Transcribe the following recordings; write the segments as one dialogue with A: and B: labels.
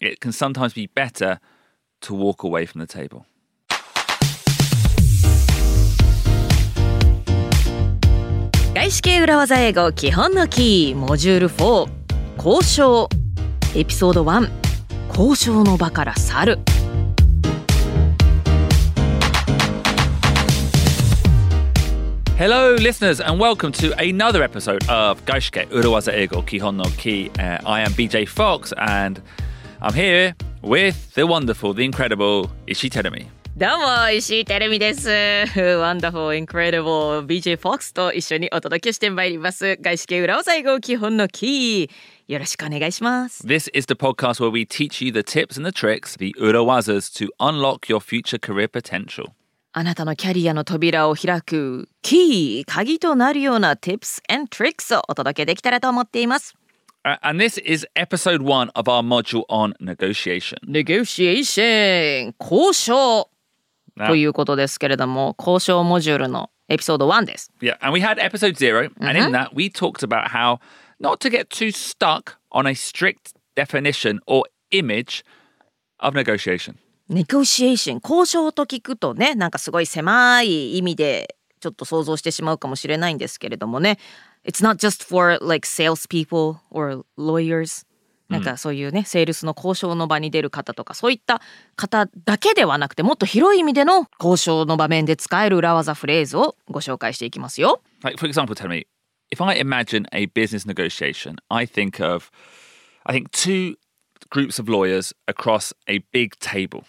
A: It can sometimes be better to walk away from the table.
B: 外資系裏技英語基本のキーモジュール4交渉エピソード1交渉の場から去る
A: Hello, listeners, and welcome to another episode of Gaishke Urawaza Ego Kihon no Ki. Uh, I am BJ Fox, and I'm here with the wonderful, the incredible Ishii Terumi.
B: どうも石井てるみです Wonderful Incredible BJ Fox と一緒にお届けしてまいります外資系裏技英語基本のキーよろしくお願いします
A: This is the podcast where we teach you the tips and the tricks, the Urawazas, to unlock your future career potential.
B: あなたのキャリアの扉を開くキー鍵となるような tips and tricks をお届けできたらと思っています
A: Uh, and this is episode one of our module on negotiation.
B: Negotiation 交渉
A: あ
B: ということですけれども交渉モジュールのエピソード1です。
A: Yeah, and we had episode 0 and in that we talked about how not to get too stuck on a strict definition or image of negotiation.
B: Negotiation 交渉と聞くとねなんかすごい狭い意味でちょっと想像してしまうかもしれないんですけれどもね It's not just for like salespeople or lawyers なんかそういうね、セールスの交渉の場に出る方とかそういった方だけではなくてもっと広い意味での交渉の場面で使える裏技フレーズをご紹介していきますよ。
A: Like for example, tell me if I imagine a business negotiation, I think of I think two groups of lawyers across a big table.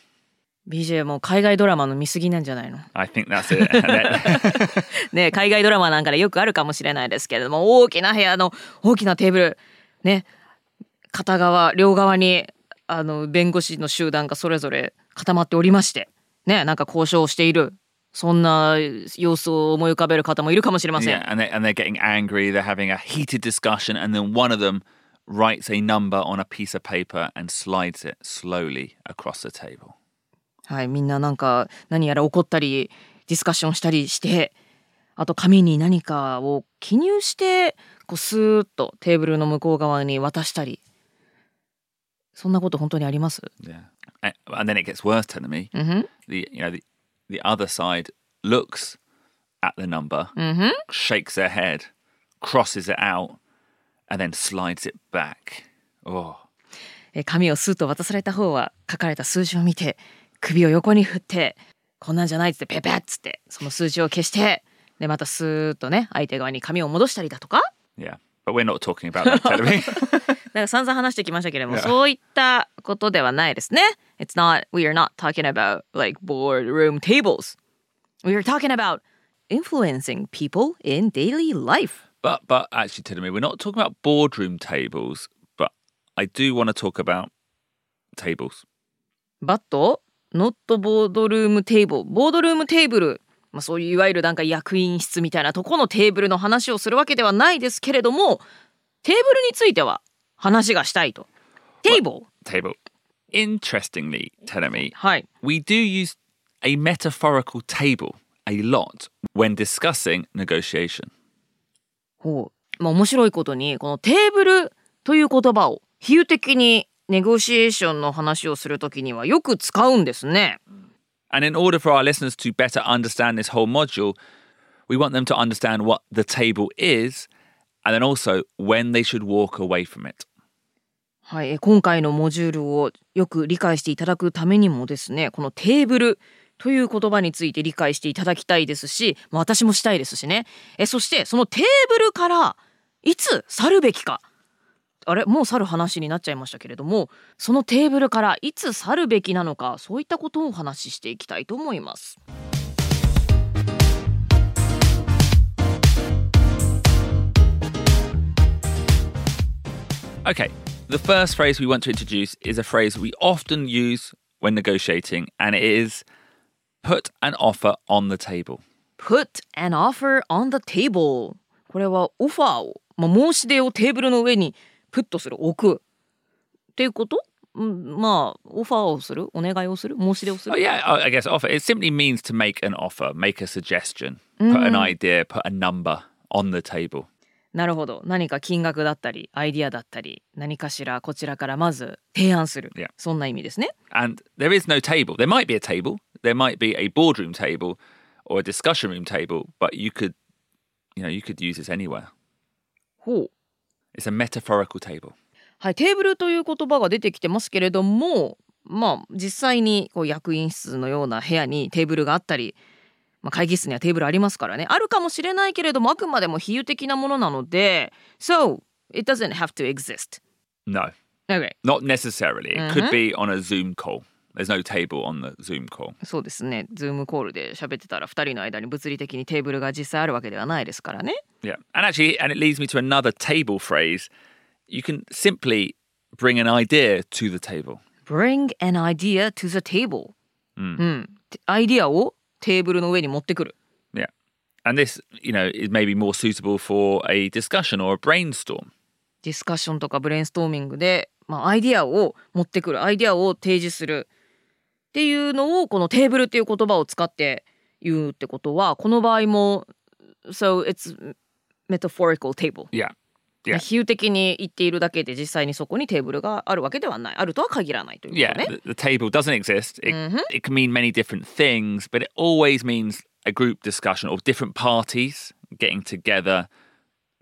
B: BJ もう海外ドラマの見過ぎなんじゃないの
A: I think that's it. And then-
B: ね、海外ドラマなんかでよくあるかもしれないですけれども大きな部屋の大きなテーブル、ね、片側両側にあの弁護士の集団がそれぞれ固まっておりまして、ね、なんか交渉をしているそんな様子を思い浮かべる方もいるかもしれません。
A: yeah, and they and they're getting angry, they're having a heated discussion and then one of them writes a number on a piece of paper and slides it slowly across the table.
B: はい、みんななんか何やら怒ったりディスカッションしたりしてあと紙に何かを記入してこうスーッとテーブルの向こう側に渡したりそんなこと本当にあります
A: Yeah, A- and then it gets worse. Telling me the you know the the other side looks at the number, shakes their head, crosses it out, and then slides it back. Oh,
B: えー紙をスーッと渡された方は書かれた数字を見て首を横に振ってこんなんじゃないっつってペペッつってその数字を消してでまたスーッとね相手側に紙を戻したりだとか
A: yeah. But we're not talking about that, telling me.
B: なんか散々話してきましたけれども、
A: Yeah.
B: そういったことではないですね。It's not, we are not talking about like boardroom tables. We are talking about influencing people in daily lilife.
A: but but actually, telling me we're not talking about boardroom tables. But I do want to talk about tables.
B: But not boardroom table. ボードルームテーブル。まあ、そういういわゆるなんか役員室みたいなとこのテーブルの話をするわけではないですけれども、テーブルについては話がしたいと。テーブル。
A: Table. Interestingly, telling me
B: はい。
A: we do use a metaphorical table a lot when discussing negotiation.
B: ほう。まあ面白いことに、このテーブルという言葉を比喩的にネゴシエーションの話をするときにはよく使うんですね。
A: And in order for our listeners to better understand this whole module, we want them to understand what the table is and then also when they should walk away from it.
B: はい。え今回のモジュールをよく理解していただくためにもですね、このテーブルという言葉について理解していただきたいですし、まあ私もしたいですしね。え、そしてそのテーブルからいつ去るべきか。あれもう去る話になっちゃいましたけれどもそのテーブルからいつ去るべきなのかそういったことをお話ししていきたいと思います。
A: Okay, the first phrase we want to introduce is a phrase we often use when negotiating, and it is put an offer on the table.
B: put an offer on the table これはオファーを、まあ、申し出をテーブルの上にプットする置くっていうことうんまあオファーをするお願いをする申し出をす
A: Oh,
B: る
A: yeah, I I guess offer. It simply means to make an offer, make a suggestion, put an idea, put a number on the table.
B: なるほど何か金額だったりアイディアだったり何かしらこちらからまず提案する、
A: Yeah.
B: そんな意味ですね
A: And there is no table. There might be a table. There might be a boardroom table or a discussion room table, but you could, you know, you could use this anywhere.
B: ほう
A: It's a metaphorical table.
B: はいテーブルという言葉が出てきてますけれどもまあ実際にこう役員室のような部屋にテーブルがあったり、まあ、会議室にはテーブルありますからねあるかもしれないけれどもあくまでも比喩的なものなので So it doesn't have to exist
A: No,
B: Okay
A: not necessarily. It could be on a Zoom call. There's no table on the Zoom call.
B: そうですねズームコールで喋ってたら2人の間に物理的にテーブルが実際あるわけではないですからね
A: Yeah. And actually, and it leads me to another table phrase. You can simply bring an idea to the table.
B: Bring an idea to the table、うんアイディアをテーブルの上に持ってくる
A: Yeah. And this, you know, is maybe more suitable for a discussion or a brainstorm.
B: ディスカッションとかブレインストーミングで、まあ、アイディアを持ってくるアイディアを提示するっていうのをこのテーブルっていう言葉を使って言うってことはこの場合も So it's metaphorical table
A: Yeah. Yeah.
B: 比喩的に言っているだけで実際にそこにテーブルがあるわけではないあるとは限らないということ
A: Yeah.
B: ね。
A: The, the table doesn't exist. It, it can mean many different things, but it always means a group discussion or different parties getting together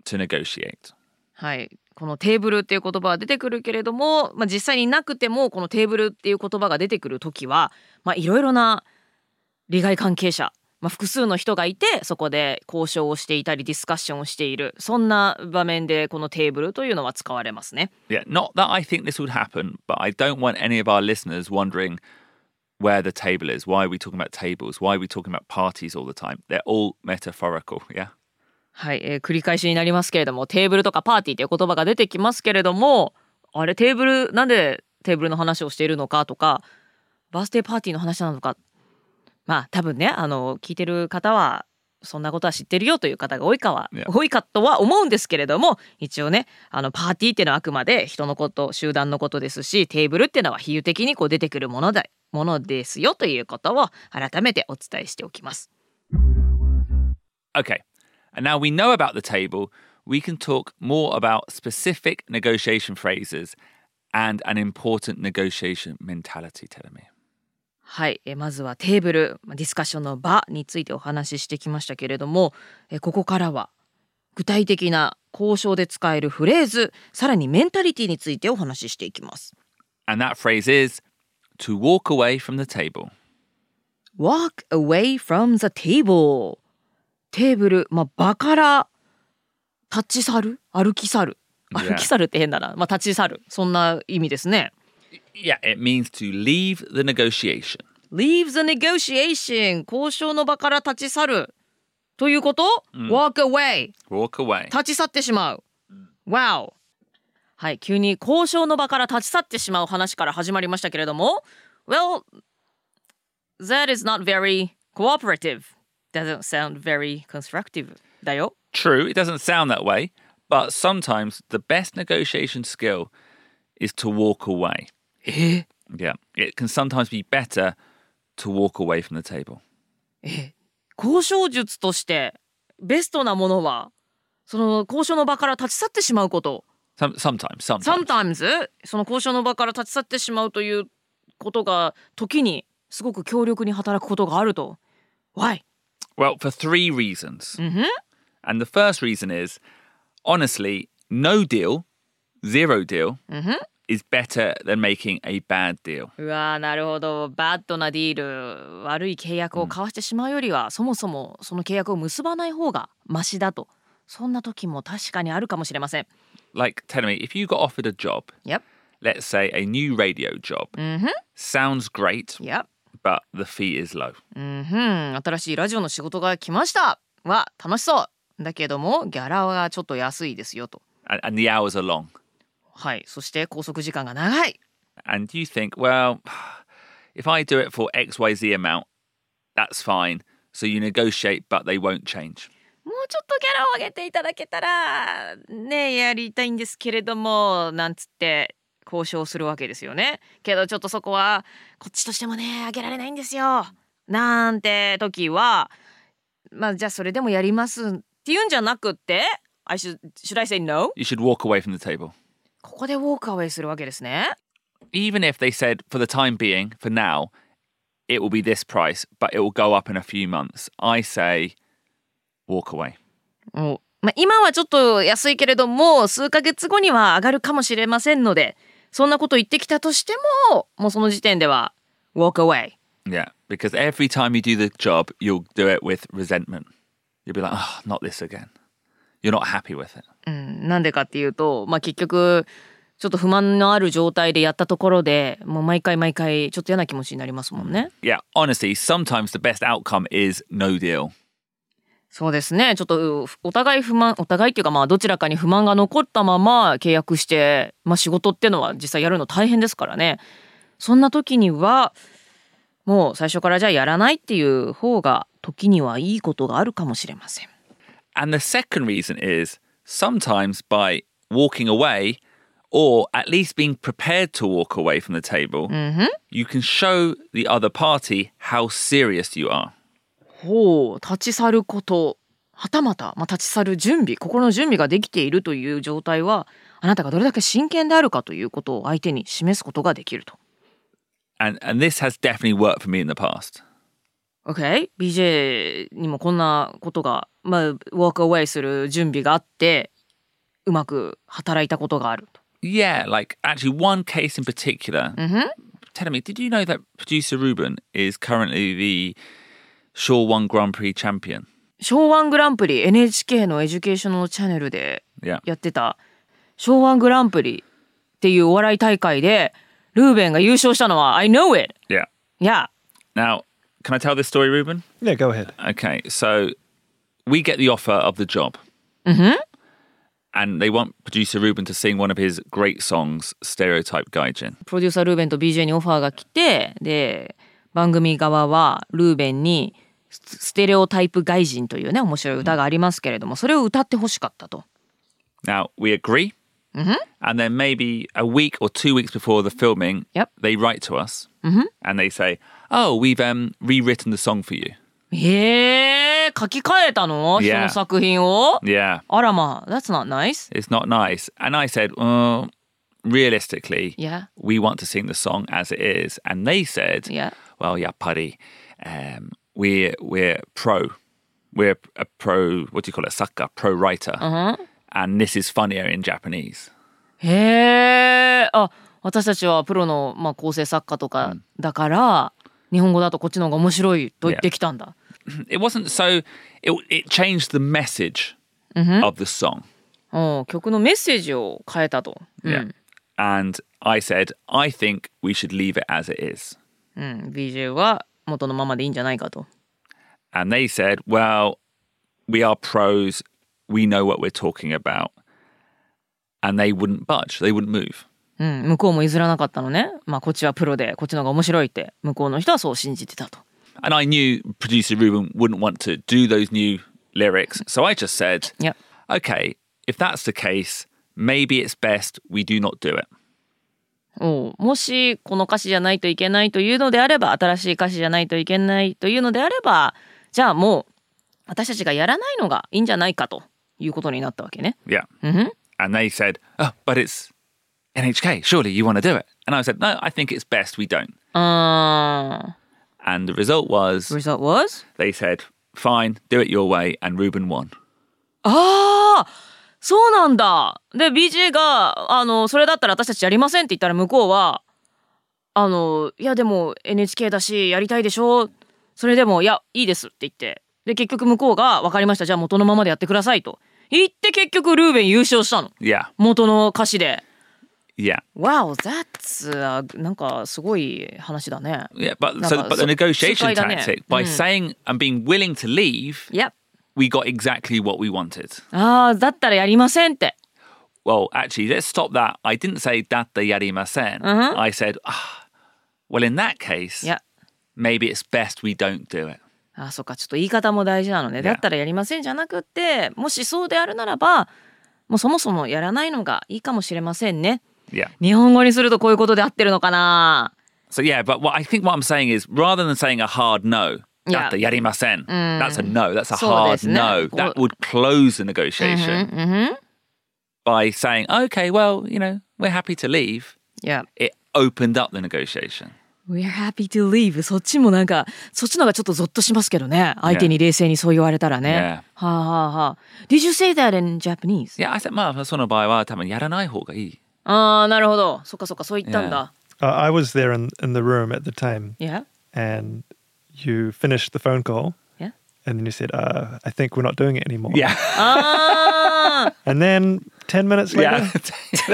A: to negotiate.
B: はい、このテーブルっていう言葉は出てくるけれども、まあ、実際になくてもこのテーブルっていう言葉が出てくる時はまあいろいろな利害関係者、まあ、複数の人がいてそこで交渉をしていたりディスカッションをしているそんな場面でこのテーブルというのは使われますね。
A: Yeah. Not that I think this would happen, but I don't want any of our listeners wondering where the table is. Why are we talking about tables? Why are we talking about parties all the time? They're all metaphorical. Yeah.
B: はい、えー繰り返しになりますけれどもテーブルとかパーティーという言葉が出てきますけれどもあれテーブルなんでテーブルの話をしているのかとかバースデーパーティーの話なのかまあ多分ねあの聞いてる方はそんなことは知ってるよという方が多いかは、
A: Yeah.
B: 多いかとは思うんですけれども一応ねあのパーティーっていうのはあくまで人のこと集団のことですしテーブルっていうのは比喩的にこう出てくるものだものですよということを改めてお伝えしておきます。
A: Okay. And now we know about the table, we can talk more about specific negotiation phrases and an important negotiation mentality, Telemi.
B: はい、えーまずはテーブルまあディスカッションの場についてお話ししてきましたけれどもえーここからは具体的な交渉で使えるフレーズさらにメンタリティについてお話ししていきます。
A: And that phrase is to walk away from the table.
B: Walk away from the table テーブル、まあ、場から立ち去る歩き去る
A: Yeah.
B: 歩き去るって変だな、まあ、立ち去るそんな意味ですね。
A: Yeah, it means to leave the negotiation.
B: Leave the negotiation 交渉の場から立ち去るということ、?Walk away
A: Walk away.
B: 立ち去ってしまう。Wow! はい、急に交渉の場から立ち去ってしまう話から始まりましたけれども、Well, that is not very cooperative. Doesn't sound very constructive. だよ。
A: True, it doesn't sound that way, but sometimes the best negotiation skill is to walk away. Yeah, it can sometimes be better to walk away from the table.
B: 交渉術としてベストなものは、その交渉の場から立ち去ってしまうこと。
A: Some, sometimes, sometimes.
B: Sometimes その交渉の場から立ち去ってしまうということが時にすごく強力に働くことがあると。Why?
A: Well, for three reasons. And the first reason is honestly, no deal, zero deal, is better than making a bad deal.
B: うわーなるほどバッドなディール悪い契約を交わしてしまうよりは、そもそもその契約を結ばない方がマシだとそんな時も確かにあるかもしれません。
A: Like, tell me, if you got offered a job,
B: Yep.
A: let's say a new radio job, sounds great,
B: Yep.
A: but the fee is low.
B: うんふん新しいラジオの仕事が来ましたは楽しそうだけどもギャラはちょっと安いですよと。
A: And, and the hours are long.
B: はいそして拘束時間が長い。
A: And you think, well, if I do it for XYZ amount, that's fine. So you negotiate, but they won't change.
B: もうちょっとギャラを上げていただけたらねやりたいんですけれどもなんつって交渉するわけですよねけどちょっとそこはこっちとしてもね上げられないんですよなんて時はまあじゃあそれでもやりますっていうんじゃなくって I should should I say no?
A: You should walk away from the table.
B: ここで walk away するわけですね。
A: Even if they said, for the time being, for now, it will be this price, but it will go up in a few months, I say, walk away.
B: おまあ、今はちょっと安いけれども数ヶ月後には上がるかもしれませんのでそんなこと言ってきたとしてももうその時点では walk away
A: Yeah, because every time you do the job, you'll do it with resentment. You'll be like, oh, not this again. You're not happy with it.
B: うんなんでかっていうと、まあ、結局ちょっと不満のある状態でやったところでもう毎回毎回ちょっと嫌な気持ちになりますもんね、
A: Yeah, honestly, sometimes the best outcome is no deal.
B: そうですねちょっとうお互い不満お互いっていうかまあどちらかに不満が残ったまま契約して、まあ、仕事ってのは実際やるの大変ですからねそんな時にはもう最初からじゃあやらないっていう方が時にはいいことがあるかもしれません
A: And the second reason is sometimes by walking away or at least being prepared to walk away from the table, you can show the other party how serious you are.
B: ほう立ち去ることはたまた、まあ、立ち去る準備心の準備ができているという状態はあなたがどれだけ真剣であるかということを相手に示すことができると。
A: And, and this has definitely worked for me in the past.
B: OK?BJ にもこんなことが、まあ、ウォークアウェイする準備があってうまく働いたことがあると。
A: Yeah, like actually, one case in particular. Telling me, did you know that producer Ruben is currently the Shaw One Grand Prix champion?
B: 昭和グランプリ NHK のエデュケーショナルチャンネルで
A: Yeah.
B: やってた昭和グランプリっていうお笑い大会でルーベンが優勝したのは I know it!
A: Yeah.
B: Yeah!
A: Now, can I tell this story, Ruben?
C: Yeah, go ahead.
A: Okay, so we get the offer of the job. Mm-hmm. And they want producer Ruben to sing one of his great songs, Stereotype Gaijin.
B: プロデューサールーベンと BJ にオファーが来てで番組側はルーベンに「スステレオタイプ外人」というね面白い歌がありますけれどもそれを歌ってほしかったと。
A: Now, we agree.
B: Mm-hmm.
A: And then maybe a week or two weeks before the filming,
B: Yep. Mm-hmm.
A: they write to us and they say, Oh, we've um, rewritten the song for you.
B: えー、書き換えたの、
A: Yeah.
B: その作品を
A: Yeah.
B: あらまあ That's not nice.
A: It's not nice. And I said, well, realistically,
B: Yeah.
A: we want to sing the song as it is. And they said,
B: Yeah.
A: well, yeah, putty, um, we're, we're pro. We're a pro, what do you call it, sucker, pro writer.
B: Uh-huh.
A: And this is funnier in Japanese.
B: へえあ私たちはプロの、まあ、構成作家とかだから、日本語だとこっちの方が面白いと言ってきたんだ。
A: It wasn't so, it, it changed the message of the song.
B: うん曲のメッセージを変えたと。うん
A: Yeah. And I said, I think we should leave it as it is.
B: うん、BJ は元のままでいいんじゃないかと。
A: And they said, well, we are pros. We know what we're talking about. And they wouldn't budge. They wouldn't move.
B: うん、向こうも譲らなかったのね。まあこっちはプロでこっちの方が面白いって向こうの人はそう信じてたと。
A: And I knew producer Ruben wouldn't want to do those new lyrics. So I just said,
B: いや、
A: okay, if that's the case, maybe it's best we do not do it.
B: おうもしこの歌詞じゃないといけないというのであれば新しい歌詞じゃないといけないというのであればじゃあもう私たちがやらないのがいいんじゃないかということになったわけね。
A: Yeah. And they said, oh, but it's NHK. Surely you want to do it. And I said, no, I think it's best we don't.
B: うーん。
A: And the result was
B: Result was?
A: they said, fine, do it your way. And Ruben won.
B: ああそうなんだで BJ があの「それだったら私たちやりません」って言ったら向こうは「あのいやでも NHK だしやりたいでしょそれでもいやいいです」って言ってで結局向こうが「分かりましたじゃあ元のままでやってください」と言って結局ルーベン優勝したの
A: Yeah.
B: 元の歌詞で。
A: Yeah.
B: Wow, that's a- なんかすごい話だね。
A: Yeah, but
B: No,
A: so but
B: but so-
A: the negotiation
B: 世界だね。
A: tactic by saying and being willing to leave,
B: いや、
A: we got exactly what we wanted.
B: ああだったらやりませんって。
A: Well, actually, let's stop that. I didn't say that the yarimasen. I said, ah, well, in that case,
B: いや
A: maybe it's best we don't do it.
B: あそっかちょっと言い方も大事なのねだったらやりませんじゃなくってもしそうであるならばもうそもそもやらないのがいいかもしれませんね
A: Yeah.
B: 日本語にするとこういうことで合ってるのかな
A: So yeah, but what I think what I'm saying is rather than saying a hard no,
B: Yeah.
A: だってやりません。That's a no. That's a
B: そうで
A: hard
B: すね
A: no.
B: こう
A: That would close the negotiation
B: Mm-hmm, mm-hmm.
A: by saying, okay, well, you know, we're happy to leave.
B: Yeah.
A: It opened up the negotiation.
B: We're happy to leave. そっちもなんか、そっちの方がちょっとゾッとしますけどね。相手に冷静にそう言われたらね。はあはあはあ。Did you say that in Japanese?
A: Yeah, I said, まあ、その場合は多分やらない方がいい。
B: ああ、なるほど。そっかそっか、そう言ったんだ。
C: Uh, I was there in, in the room at the time,
B: Yeah.
C: and you finished the phone call,
B: Yeah.
C: and then you said, uh, "I think we're not doing it anymore."
A: Yeah.
B: ああ、
C: And then ten minutes later,
A: Yeah.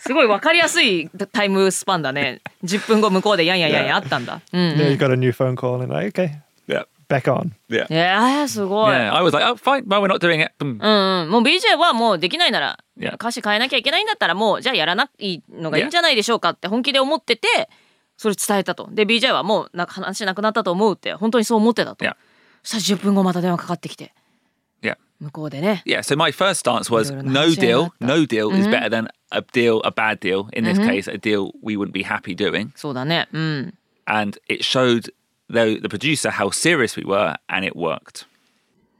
B: すごいわかりやすいタイムスパンだね。10分後向こうでやんやんやんやんあったんだ。うん、うん。
C: yeah, you got a new phone call, and like, okay,
A: yeah.
C: back on.
A: Yeah.
B: えー、すごい。
A: Yeah. I was like, oh, fine. Well, we're not doing it. Boom.
B: うんうん、もう BJ はもうできないなら
A: Yeah.
B: 歌詞変えなきゃいけないんだったらもうじゃあやらないのがいいんじゃないでしょうかって本気で思っててそれ伝えたとで BJ はもうなんか話なくなったと思うって本当にそう思ってたと
A: Yeah.
B: そしたら10分後また電話かかってきて
A: Yeah.
B: 向こうでね
A: Yeah. So my first stance was
B: You're
A: no
B: not
A: deal.
B: sure.
A: No deal
B: Mm-hmm.
A: is better than a deal, a bad deal. In this case, a deal we wouldn't be happy doing.
B: そうだねうん
A: And it showed the, the producer how serious we were, and it worked.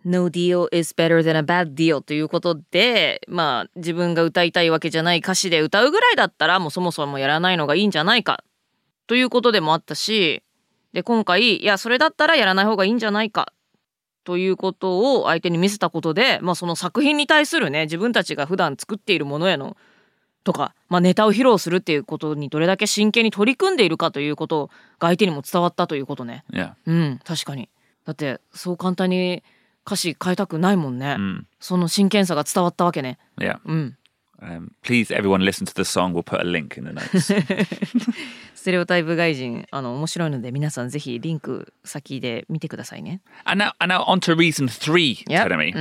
B: No deal is better than a bad deal ということでまあ自分が歌いたいわけじゃない歌詞で歌うぐらいだったらもうそもそもやらないのがいいんじゃないかということでもあったしで今回いやそれだったらやらない方がいいんじゃないかということを相手に見せたことで、まあ、その作品に対するね自分たちが普段作っているものへのとか、まあ、ネタを披露するっていうことにどれだけ真剣に取り組んでいるかということが相手にも伝わったということね。
A: Yeah.
B: うん確かにだってそう簡単に歌詞変えたくないもんね、
A: ん
B: その真剣さが伝わったわけね
A: Mm. Yeah.
B: うん
A: Um, please, everyone, listen to the song. We'll put a link in the notes.
B: ステレオタイプ外人あの面白いので皆さんぜひリンク先で見てくださいね
A: and now, and now on to reason three,
B: Yep.
A: Jeremy.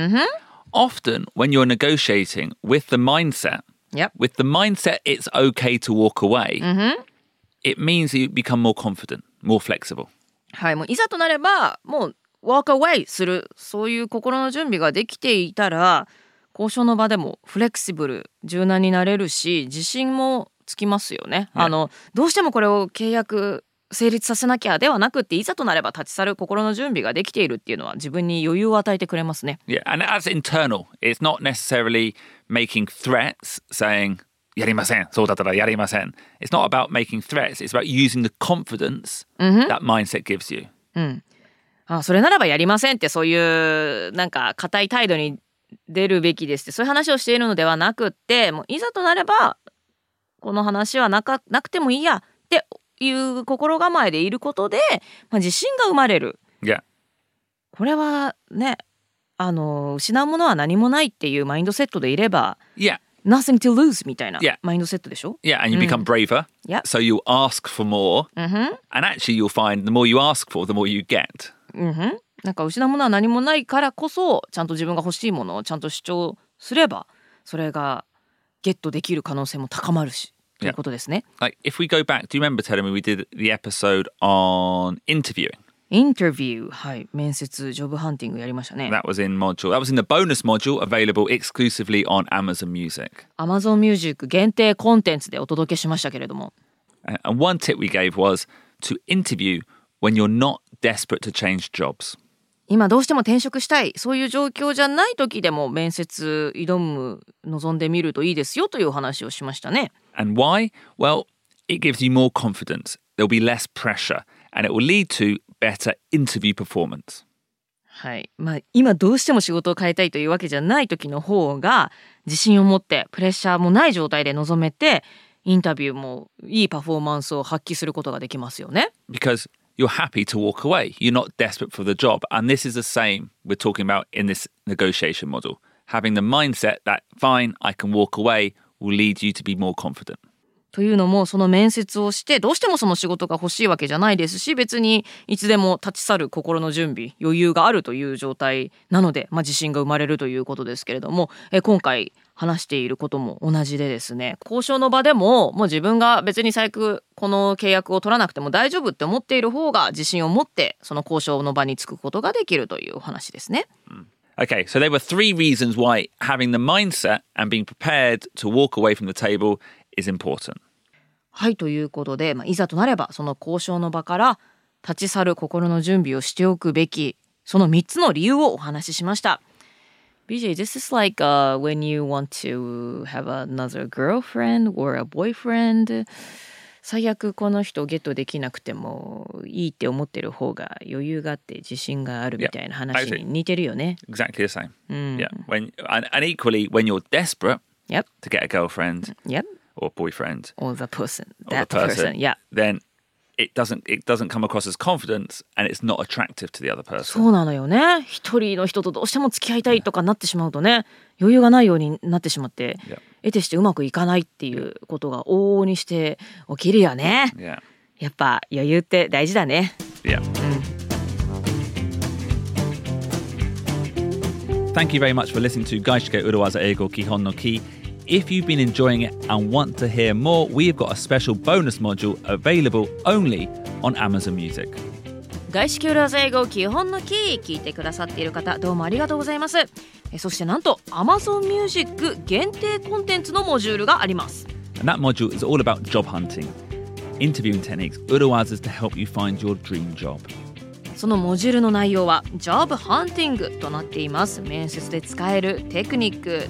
A: Often, when you're negotiating with the mindset,
B: Yep.
A: with the mindset, it's okay to walk away. It means you become more confident, more flexible.
B: はいもういざとなればもう walk away するそういう心の準備ができていたら交渉の場でもフレキシブル柔軟になれるし自信もつきますよね、あのどうしてもこれを契約成立させなきゃではなくっていざとなれば立ち去る心の準備ができているっていうのは自分に余裕を与えてくれますね
A: Yeah, and that's internal. It's not necessarily making threats, saying "yarimasen," so da da da yarimasen. It's not about making threats. It's about using the confidence that mindset gives you.
B: あそれならばやりませんってそういうなんか固い態度に出るべきですってそういう話をしているのではなくってもういざとなればこの話はなかなくてもいいやっていう心構えでいることで、まあ、自信が生まれる
A: Yeah,
B: これはねあの失うものは何もないっていうマインドセットでいれば
A: yeah,
B: nothing to lose みたいない
A: や
B: マインドセットでしょ
A: yeah. And you become braver.
B: Yeah.
A: So you ask for more, and actually, you'll find the more you ask for, the more you get.
B: なんか失うものは何もないからこそちゃんと自分が欲しいものをちゃんと主張すればそれがゲットできる可能性も高まるしということですね。
A: Like if we go back, do you remember telling me we did the episode on interviewing?
B: インタビューはい面接ジョブハンティングやりましたね。
A: That was in module. That was in the bonus module available exclusively on Amazon Music.
B: Amazon Music 限定コンテンツでお届けしましたけれども
A: Uh, And one tip we gave was to interview when you're not desperate to change jobs.
B: 今どうしても転職したいそういう状況じゃない時でも面接挑む望んでみるといいですよというお話をしましたね。
A: And why? Well, it gives you more confidence, there'll be less pressure, and it will lead to better interview performance.
B: はいまあ、今どうしても仕事を変えたいというわけじゃない時の方が自信を持ってプレッシャーもない状態で臨めてインタビューもいいパフォーマンスを発揮することができますよね。
A: because you're happy to walk away. You're not desperate for the job. And this is the same we're talking about in this negotiation model. Having the mindset that, fine, I can walk away, will lead you to be more confident.
B: というのもその面接をしてどうしてもその仕事が欲しいわけじゃないですし別にいつでも立ち去る心の準備余裕があるという状態なので、まあ、自信が生まれるということですけれどもえ今回話していることも同じでですね交渉の場でももう自分が別に最悪この契約を取らなくても大丈夫って思っている方が自信を持ってその交渉の場に着くことができるというお話ですね。
A: Okay, so there were three reasons why having the mindset and being prepared to walk away from the table is important.
B: はいということで、まあ、いざとなればその交渉の場から立ち去る心の準備をしておくべきその3つの理由をお話ししました BJ, this is like uh, when you want to have another girlfriend or a boyfriend. 最悪この人をゲットできなくてもいいって思ってる方が余裕があって自信があるみたいな
A: I
B: 話
A: agree.
B: に似てるよね。
A: Exactly the same.
B: Hmm.
A: Yeah. When and, and equally, when you're desperate
B: Yep,
A: to get a girlfriend
B: yep.
A: or boyfriend
B: Or the person,
A: or a
B: that person. Yeah.
A: then it doesn't it doesn't come across as confidence, and it's not attractive to the other person.
B: そうなのよね。一人の人とどうしても付き合いたいとかなってしまうとね、余裕がないようになってしまって、
A: Yeah.
B: 得てしてうまくいかないっていうことが往々にして起きるよね。
A: Yeah.
B: やっぱ余裕って大事だね。
A: Yeah. Thank you very much for listening to Gaishike Urawaza Eigo Kihon no Ki. If you've been enjoying it and want to hear more, we've got a special bonus module available only on Amazon Music.
B: 外資給料英語基本のキー聞いてくださっている方どうもありがとうございますえそしてなんと Amazon Music 限定コンテンツのモジュールがあります
A: And that module is all about job hunting, interviewing techniques, Urawazas to help you find your dream job.
B: そのモジュールの内容はジョブハンティングとなっています面接で使えるテクニック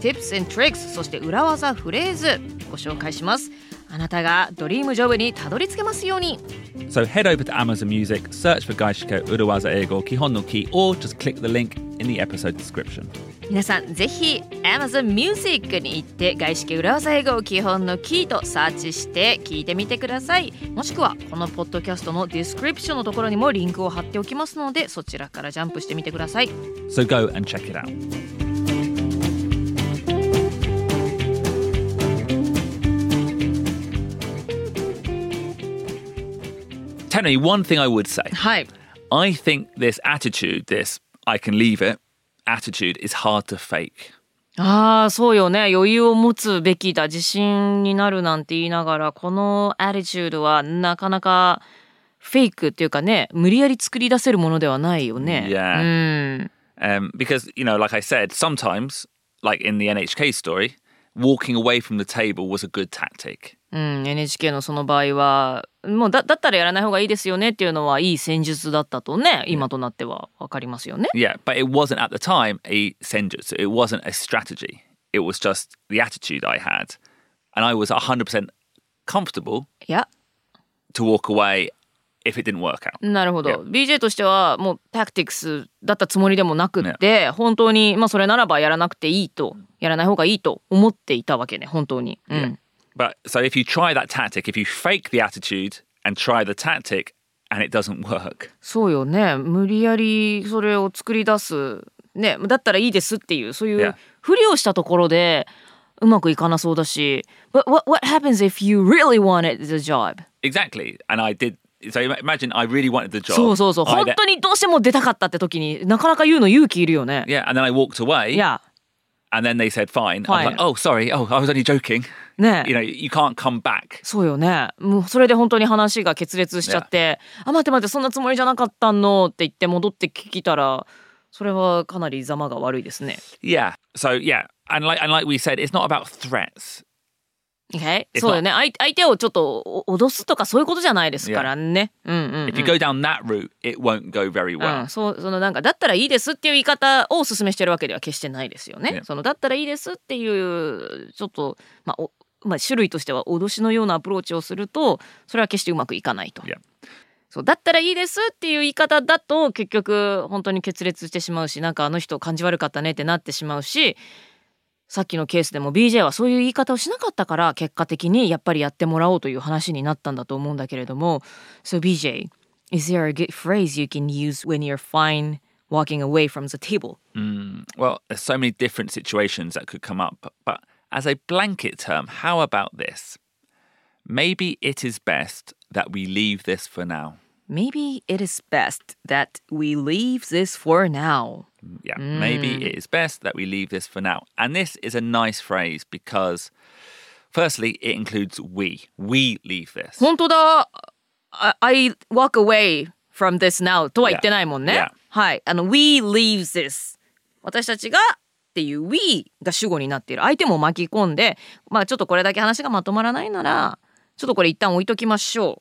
B: Tips and Tricks そして裏技フレーズご紹介しますあなたがドリームジョブにたどり着けますように
A: So head over to Amazon Music, search for Gaishiko Urawaza Eigo Kihon no Ki, or just click the link in the episode description.
B: 皆さんぜひ Amazon Music に行って外資系裏技英語を基本のキーとサーチして聞いてみてくださいもしくはこのポッドキャストのディスクリプションのところにもリンクを貼っておきますのでそちらからジャンプしてみてください
A: So go and check it out. Tony, one thing I would say
B: はい
A: I think this attitude, this I can leave it attitude, is hard to fake.
B: ああそうよね余裕を持つべきだ自信になるなんて言いながらこのアティチュードはなかなかフェイクっていうかね無理やり作り出せるものではないよね
A: Yeah.
B: うん
A: Um, because, you know, like I said, sometimes, like in the NHK story, walking away from the table was a good tactic.
B: うん、NHK のその場合はもうだだったらやらない方がいいですよねっていうのはいい戦術だったとね今となっては分かりますよね。
A: Yeah, but it wasn't at the time a senjutsu. It wasn't a strategy. It was just the attitude I had. And I was 100% comfortable
B: いや
A: to walk away if it didn't work out.
B: なるほど、BJ としてはもうタクティクスだったつもりでもなくって、本当に、まあ、それならばやらなくていいとやらない方がいいと思っていたわけね本当に。うん
A: But so if you try that tactic, if you fake the attitude and try the tactic and it doesn't work,
B: そうよね無理やりそれを作り出す、ね、だったらいいですっていうそういう
A: Yeah.
B: ふりをしたところでうまくいかなそうだし But what, what happens if you really wanted the job?
A: exactly. And I did. So ima- imagine I really wanted the job.
B: そうそうそう
A: I
B: 本
A: then-
B: 当にどうしても出たかったって時になかなか言うの勇気いるよね。
A: yeah, and then I walked away.
B: いや
A: And then they said, fine. I was
B: Fine.
A: like, oh, sorry. Oh, I was only joking.
B: ね
A: You know, you can't come back.
B: そうよねもうそれで本当に話が決裂しちゃって「あ待って待ってそんなつもりじゃなかったの」って言って戻って聞きたらそれはかなりざまが悪いですね。
A: Yeah. So yeah, and like and like we said, it's not about threats.
B: Okay?
A: It's
B: そうよね相相手をちょっとお脅すとかそういうことじゃないですからね。うんうんうん
A: If you go down that route, it won't go very
B: う
A: well.
B: ん、そうそのなんかだったらいいですっていう言い方をお勧めしてるわけでは決してないですよね。
A: ね
B: そのだったらいいですっていうちょっと、まあおまあ、種類としては脅しのようなアプローチをするとそれは決してうまくいかないと。
A: Yeah.
B: そうだったらいいですっていう言い方だと結局本当に決裂してしまうしなんかあの人感じ悪かったねってなってしまうしさっきのケースでも BJ はそういう言い方をしなかったから結果的にやっぱりやってもらおうという話になったんだと思うんだけれども So BJ Is there a good phrase you can use when you're fine walking away from the table?
A: Well, there's so many different situations that could come up, but, but as a blanket term, how about this? Maybe it is best that we leave this for now.
B: Maybe it is best that we leave this for now.
A: Yeah, maybe it is best that we leave this for now. And this is a nice phrase because, firstly, it includes we. We leave this.
B: 本当だ I, I walk away from this now とは言ってないもんね。
A: Yeah.
B: はい。あの、we leave this. 私たちがっていう we が主語になっている。相手も巻き込んで、まあちょっとこれだけ話がまとまらないなら、ちょっとこれ一旦置いときましょ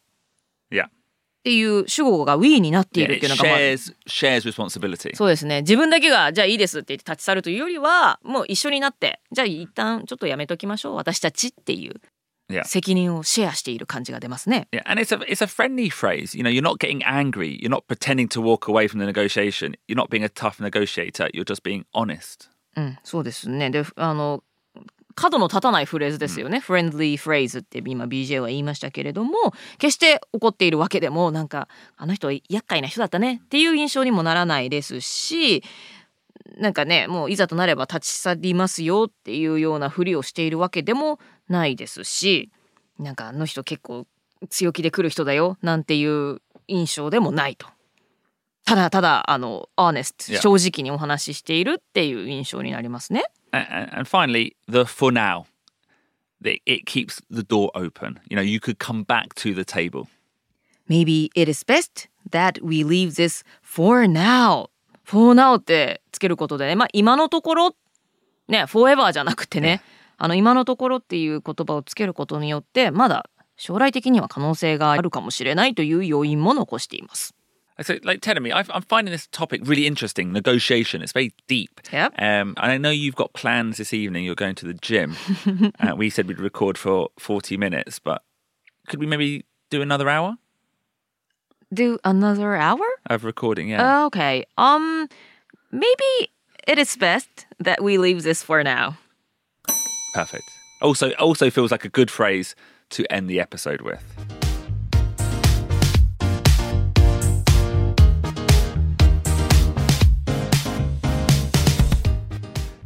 A: Yeah.
B: っていう主語が we になってい
A: Yeah,
B: るってい
A: it
B: うのが、まあ
A: shares shares responsibility.
B: そうですね自分だけがじゃあいいですって言って立ち去るというよりはもう一緒になってじゃあ一旦ちょっとやめときましょう私たちっていう
A: Yeah.
B: 責任をシェアしている感じが出ますね。
A: Yeah, and it's a it's a friendly phrase. You know, you're not getting angry. You're not pretending to walk away from the negotiation. You're not being a tough negotiator. You're just being honest.
B: うん、そうですねであの角の立たないフレーズですよね、フレンドリーフレーズって今 BJ は言いましたけれども決して怒っているわけでもなんかあの人厄介な人だったねっていう印象にもならないですしなんかねもういざとなれば立ち去りますよっていうようなふりをしているわけでもないですしなんかあの人結構強気で来る人だよなんていう印象でもないと。ただただあのアーネス
A: Yeah.
B: 正直にお話ししているっていう印象になりますね。
A: And, and, and finally, the for now. It, it keeps the door open. You know, you could come back to the table.
B: Maybe it is best that we leave this for now. for now ってつけることでね、まあ今のところ、ね、forever じゃなくてね、あの今のところっていう言葉をつけることによって、まだ将来的には可能性があるかもしれないという要因も残しています。
A: So, like, tell me, I've, I'm finding this topic really interesting. Negotiation. It's very deep.
B: Yep.
A: Um, and I know you've got plans this evening. You're going to the gym. uh, we said we'd record for 40 minutes, but could we maybe do another hour
B: Do another hour?
A: of recording? Yeah.
B: Uh, okay. Um, maybe it is best that we leave this for now.
A: Perfect. Also, also feels like a good phrase to end the episode with.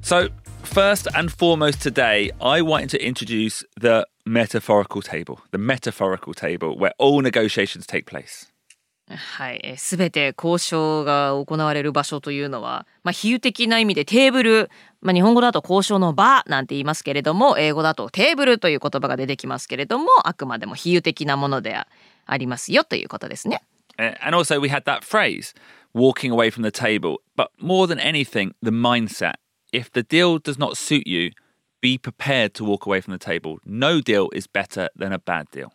A: So, first and foremost today, I wanted to introduce the metaphorical table, the metaphorical table where all negotiations take place.
B: はい、えーすべて交渉が行われる場所というのは、まあ、比喩的な意味でテーブル、まあ、日本語だと交渉の場なんて言いますけれども英語だとテーブルという言葉が出てきますけれどもあくまでも比喩的なものであありますよということですね。
A: Uh, And also, we had that phrase, walking away from the table. But more than anything, the mindset. If the deal does not suit you, be prepared to walk away from the table. No deal is better than a bad deal.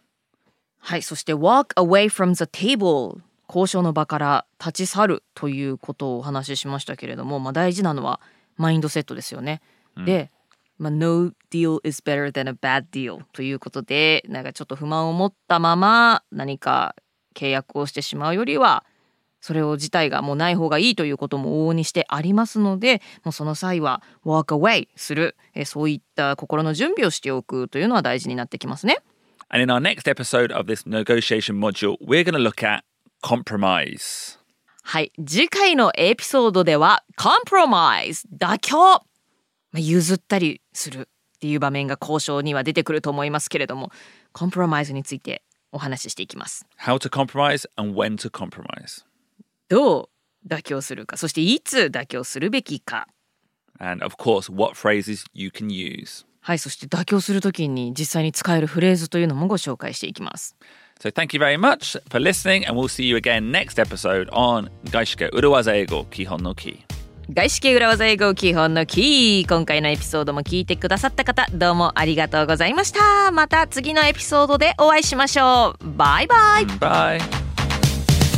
B: はい、そして walk away from the table 交渉の場から立ち去るということをお話ししましたけれども、まあ、大事なのはマインドセットですよね。で、まあ、no deal is better than a bad deal ということでなんかちょっと不満を持ったまま何か契約をしてしまうよりはそれを自体がもうない方がいいということも往々にしてありますのでもうその際は walk away するえーそういった心の準備をしておくというのは大事になってきますね。
A: And in our next episode of this negotiation module, we're going to look at compromise.
B: はい次回のエピソードではコンプロマイズ妥協、まあ、譲ったりするっていう場面が交渉には出てくると思いますけれどもコンプロマイズについてお話ししていきます
A: How to compromise and when to compromise.
B: どう妥協するかそしていつ妥協するべきか
A: And of course, what phrases you can use.
B: はいそして妥協するときに実際に使えるフレーズというのもご紹介していきます
A: So thank you very much for listening, and we'll see you again next episode on Gaishike Uruwaza Eigo Kihon no Ki.
B: 外資系裏技英語基本のキー今回のエピソードも聞いてくださった方どうもありがとうございましたまた次のエピソードでお会いしましょうバイバイ
A: Bye.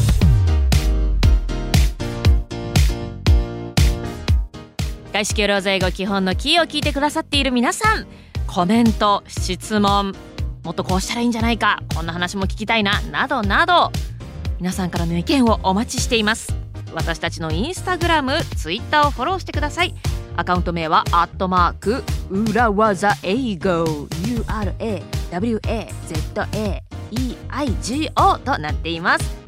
B: 「外資系ローザ英語基本のキー」を聞いてくださっている皆さんコメント質問もっとこうしたらいいんじゃないかこんな話も聞きたいななどなど皆さんからの意見をお待ちしています私たちのインスタグラムツイッターをフォローしてくださいアカウント名はアットマーク裏技英語 URAWAZAEIGO となっています